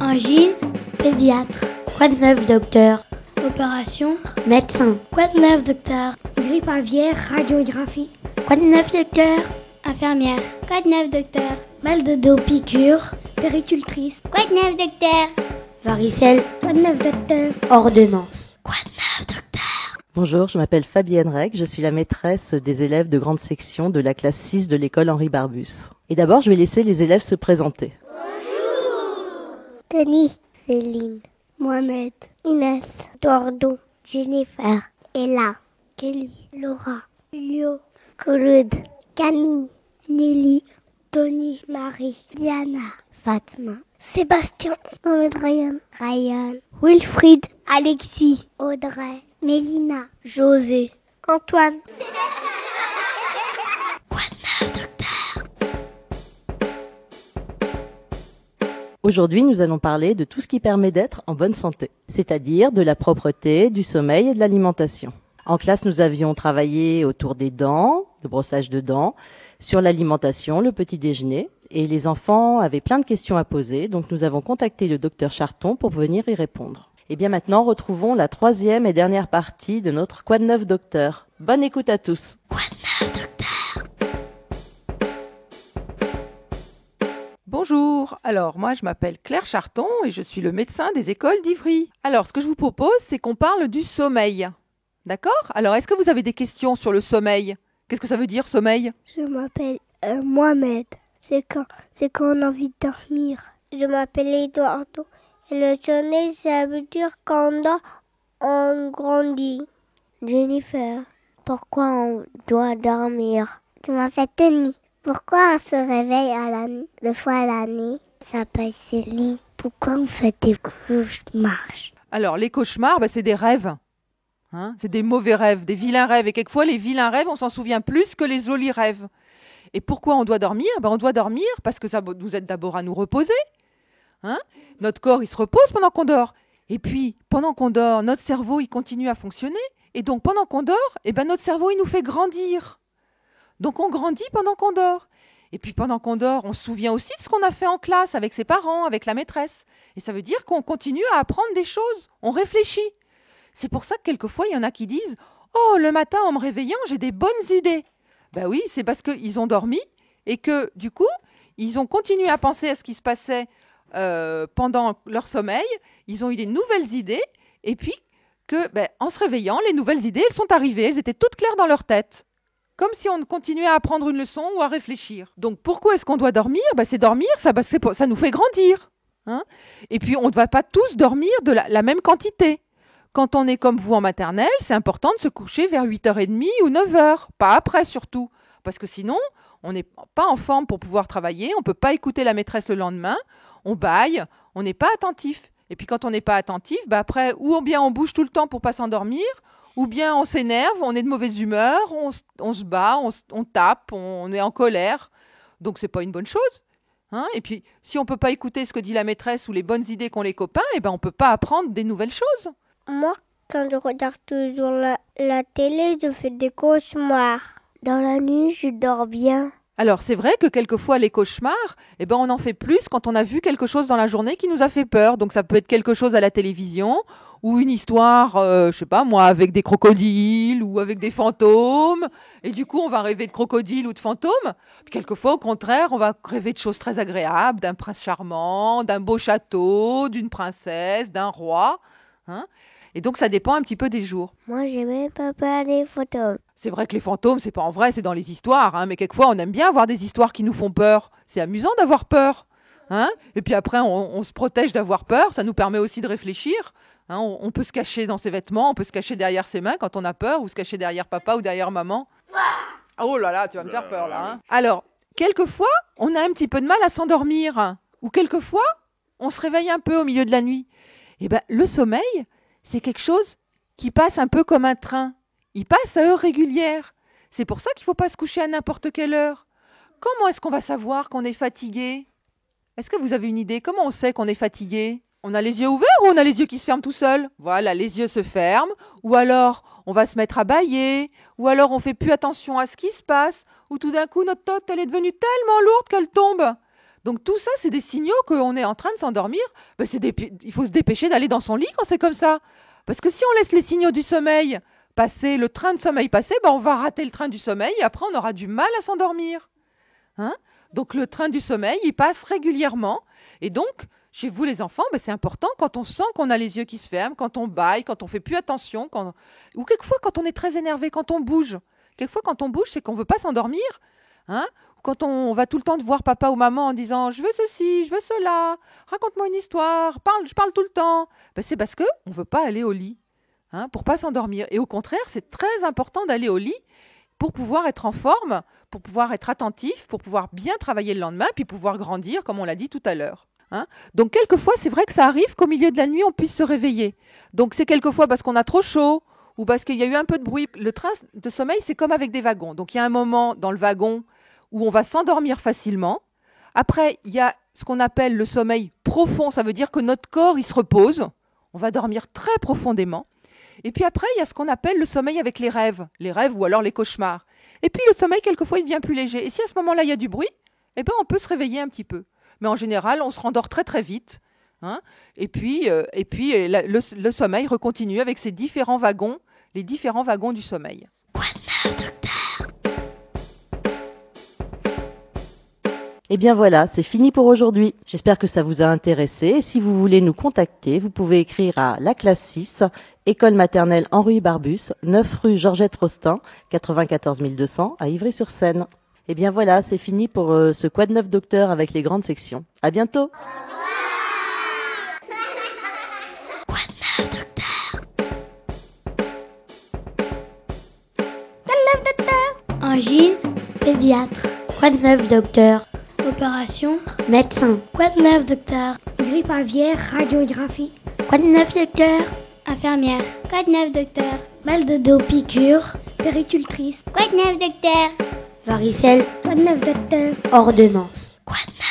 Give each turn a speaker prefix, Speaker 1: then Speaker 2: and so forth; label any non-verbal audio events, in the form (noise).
Speaker 1: Origine
Speaker 2: Pédiatre.
Speaker 1: Quoi de neuf, docteur
Speaker 2: Opération.
Speaker 1: Médecin.
Speaker 2: Quoi de neuf, docteur
Speaker 3: Grippe aviaire, radiographie.
Speaker 1: Quoi de neuf, docteur
Speaker 2: Infirmière.
Speaker 3: Quoi de neuf, docteur
Speaker 2: Mal de dos, piqûre.
Speaker 3: Péricultrice.
Speaker 4: Quoi de neuf, docteur
Speaker 1: Varicelle.
Speaker 3: Quoi de neuf, docteur
Speaker 1: Ordonnance.
Speaker 2: Quoi de neuf, docteur
Speaker 5: Bonjour, je m'appelle Fabienne Reg, je suis la maîtresse des élèves de grande section de la classe 6 de l'école Henri Barbus. Et d'abord, je vais laisser les élèves se présenter.
Speaker 4: Bonjour Denis,
Speaker 6: Céline,
Speaker 7: Mohamed,
Speaker 8: Inès,
Speaker 9: Dordo, Jennifer,
Speaker 10: Ella,
Speaker 11: Kelly,
Speaker 12: Laura, Lio,
Speaker 13: Claude,
Speaker 14: Camille,
Speaker 15: Nelly,
Speaker 16: Tony, Marie,
Speaker 17: Diana,
Speaker 18: Fatma,
Speaker 19: Sébastien,
Speaker 20: Mohamed Ryan,
Speaker 21: Ryan,
Speaker 22: Wilfried,
Speaker 23: Alexis,
Speaker 24: Audrey, Mélina,
Speaker 25: José,
Speaker 26: (laughs)
Speaker 27: Antoine.
Speaker 2: Quoi de neuf, docteur
Speaker 5: Aujourd'hui, nous allons parler de tout ce qui permet d'être en bonne santé, c'est-à-dire de la propreté, du sommeil et de l'alimentation. En classe, nous avions travaillé autour des dents, le brossage de dents, sur l'alimentation, le petit déjeuner, et les enfants avaient plein de questions à poser, donc nous avons contacté le docteur Charton pour venir y répondre. Et bien maintenant, retrouvons la troisième et dernière partie de notre Quoi de neuf docteur. Bonne écoute à tous.
Speaker 2: Quoi de neuf docteur
Speaker 28: Bonjour, alors moi je m'appelle Claire Charton et je suis le médecin des écoles d'Ivry. Alors ce que je vous propose, c'est qu'on parle du sommeil. D'accord Alors est-ce que vous avez des questions sur le sommeil Qu'est-ce que ça veut dire sommeil
Speaker 29: Je m'appelle euh, Mohamed. C'est quand, c'est quand on a envie de dormir.
Speaker 26: Je m'appelle Eduardo. Et le sommeil, ça veut dire quand on, dort, on grandit.
Speaker 30: Jennifer, pourquoi on doit dormir
Speaker 31: Je m'appelle Tony. Pourquoi on se réveille à la, deux fois à la nuit
Speaker 32: Ça passe Céline. Pourquoi on fait des cauchemars
Speaker 28: Alors, les cauchemars, bah, c'est des rêves. Hein c'est des mauvais rêves, des vilains rêves. Et quelquefois, les vilains rêves, on s'en souvient plus que les jolis rêves. Et pourquoi on doit dormir ben, On doit dormir parce que ça nous aide d'abord à nous reposer. Hein notre corps, il se repose pendant qu'on dort. Et puis, pendant qu'on dort, notre cerveau, il continue à fonctionner. Et donc, pendant qu'on dort, eh ben, notre cerveau, il nous fait grandir. Donc, on grandit pendant qu'on dort. Et puis, pendant qu'on dort, on se souvient aussi de ce qu'on a fait en classe avec ses parents, avec la maîtresse. Et ça veut dire qu'on continue à apprendre des choses. On réfléchit. C'est pour ça que quelquefois, il y en a qui disent Oh, le matin, en me réveillant, j'ai des bonnes idées. Ben oui, c'est parce qu'ils ont dormi et que, du coup, ils ont continué à penser à ce qui se passait euh, pendant leur sommeil. Ils ont eu des nouvelles idées et puis que, ben, en se réveillant, les nouvelles idées, elles sont arrivées. Elles étaient toutes claires dans leur tête. Comme si on continuait à apprendre une leçon ou à réfléchir. Donc pourquoi est-ce qu'on doit dormir ben, C'est dormir, ça, ben, ça nous fait grandir. Hein et puis on ne va pas tous dormir de la, la même quantité. Quand on est comme vous en maternelle, c'est important de se coucher vers 8h30 ou 9h, pas après surtout, parce que sinon, on n'est pas en forme pour pouvoir travailler, on ne peut pas écouter la maîtresse le lendemain, on baille, on n'est pas attentif. Et puis quand on n'est pas attentif, bah après, ou bien on bouge tout le temps pour pas s'endormir, ou bien on s'énerve, on est de mauvaise humeur, on, on se bat, on, on tape, on, on, est en colère. Donc c'est pas une bonne chose. Hein et puis si on ne peut pas écouter ce que dit la maîtresse ou les bonnes idées qu'ont les copains, et ben on ne peut pas apprendre des nouvelles choses.
Speaker 26: Moi, quand je regarde toujours la, la, télé, je fais des cauchemars.
Speaker 30: Dans la nuit, je dors bien.
Speaker 28: Alors, c'est vrai que quelquefois, les cauchemars, eh ben, on en fait plus quand on a vu quelque chose dans la journée qui nous a fait peur. Donc, ça peut être quelque chose à la télévision, ou une histoire, euh, je sais pas moi, avec des crocodiles, ou avec des fantômes. Et du coup, on va rêver de crocodiles ou de fantômes. Puis, quelquefois, au contraire, on va rêver de choses très agréables, d'un prince charmant, d'un beau château, d'une princesse, d'un roi. Hein et donc ça dépend un petit peu des jours.
Speaker 32: Moi j'aimais pas les fantômes.
Speaker 28: C'est vrai que les fantômes, c'est pas en vrai, c'est dans les histoires, hein, mais quelquefois on aime bien avoir des histoires qui nous font peur. C'est amusant d'avoir peur. Hein et puis après, on, on se protège d'avoir peur, ça nous permet aussi de réfléchir. Hein, on, on, peut se cacher dans ses vêtements, on peut se cacher derrière ses mains quand on a peur, ou se cacher derrière papa ou derrière maman. Oh là là, tu vas me faire peur là. Hein. Alors, quelquefois, on a un petit peu de mal à s'endormir, ou quelquefois, on se réveille un peu au milieu de la nuit. Eh ben, le sommeil, c'est quelque chose qui passe un peu comme un train. Il passe à heure régulière. C'est pour ça qu'il ne faut pas se coucher à n'importe quelle heure. Comment est-ce qu'on va savoir qu'on est fatigué Est-ce que vous avez une idée Comment on sait qu'on est fatigué On a les yeux ouverts ou on a les yeux qui se ferment tout seuls Voilà, les yeux se ferment. Ou alors, on va se mettre à bailler. Ou alors, on fait plus attention à ce qui se passe. Ou tout d'un coup, notre tête, elle est devenue tellement lourde qu'elle tombe. Donc tout ça, c'est des signaux qu'on est en train de s'endormir. Ben, des... Il faut se dépêcher d'aller dans son lit quand c'est comme ça. Parce que si on laisse les signaux du sommeil passer, le train de sommeil passer, ben, on va rater le train du sommeil et après on aura du mal à s'endormir. Hein donc le train du sommeil, il passe régulièrement. Et donc, chez vous les enfants, ben, c'est important quand on sent qu'on a les yeux qui se ferment, quand on baille, quand on fait plus attention, quand... ou quelquefois quand on est très énervé, quand on bouge. Quelquefois quand on bouge, c'est qu'on veut pas s'endormir. Hein quand on va tout le temps de voir papa ou maman en disant je veux ceci, je veux cela, raconte-moi une histoire, parle, je parle tout le temps, ben, c'est parce que on veut pas aller au lit hein, pour pas s'endormir. Et au contraire, c'est très important d'aller au lit pour pouvoir être en forme, pour pouvoir être attentif, pour pouvoir bien travailler le lendemain, puis pouvoir grandir comme on l'a dit tout à l'heure. Hein Donc quelquefois, c'est vrai que ça arrive qu'au milieu de la nuit, on puisse se réveiller. Donc c'est quelquefois parce qu'on a trop chaud ou parce qu'il y a eu un peu de bruit. Le train de sommeil, c'est comme avec des wagons. Donc il y a un moment dans le wagon où on va s'endormir facilement. Après, il y a ce qu'on appelle le sommeil profond, ça veut dire que notre corps, il se repose, on va dormir très profondément. Et puis après, il y a ce qu'on appelle le sommeil avec les rêves, les rêves ou alors les cauchemars. Et puis le sommeil, quelquefois, il devient plus léger. Et si à ce moment-là, il y a du bruit, eh ben, on peut se réveiller un petit peu. Mais en général, on se rendort très très vite. Hein et puis, euh, et puis la, le, le, sommeil recontinue avec ses différents wagons, les différents wagons du sommeil.
Speaker 5: Et eh bien voilà, c'est fini pour aujourd'hui. J'espère que ça vous a intéressé. Et si vous voulez nous contacter, vous pouvez écrire à la classe 6, école maternelle Henri Barbus, 9 rue Georgette Rostin, 94 200 à Ivry-sur-Seine. Et eh bien voilà, c'est fini pour euh, ce Quad 9 Docteur avec les grandes sections. À bientôt.
Speaker 2: Quad 9 Docteur.
Speaker 1: Quad 9 Docteur. Angile, pédiatre. Quad 9 Docteur.
Speaker 3: Opération.
Speaker 1: Médecin.
Speaker 3: Quoi de neuf, docteur
Speaker 26: Grippe aviaire, radiographie.
Speaker 1: Quoi de neuf, docteur
Speaker 26: Infirmière.
Speaker 3: Quoi de neuf, docteur
Speaker 1: Mal de dos, piqûre.
Speaker 3: Péricultrice.
Speaker 4: Quoi de neuf, docteur
Speaker 1: Varicelle.
Speaker 3: Quoi de neuf, docteur
Speaker 1: Ordonnance.
Speaker 2: Quoi de neuf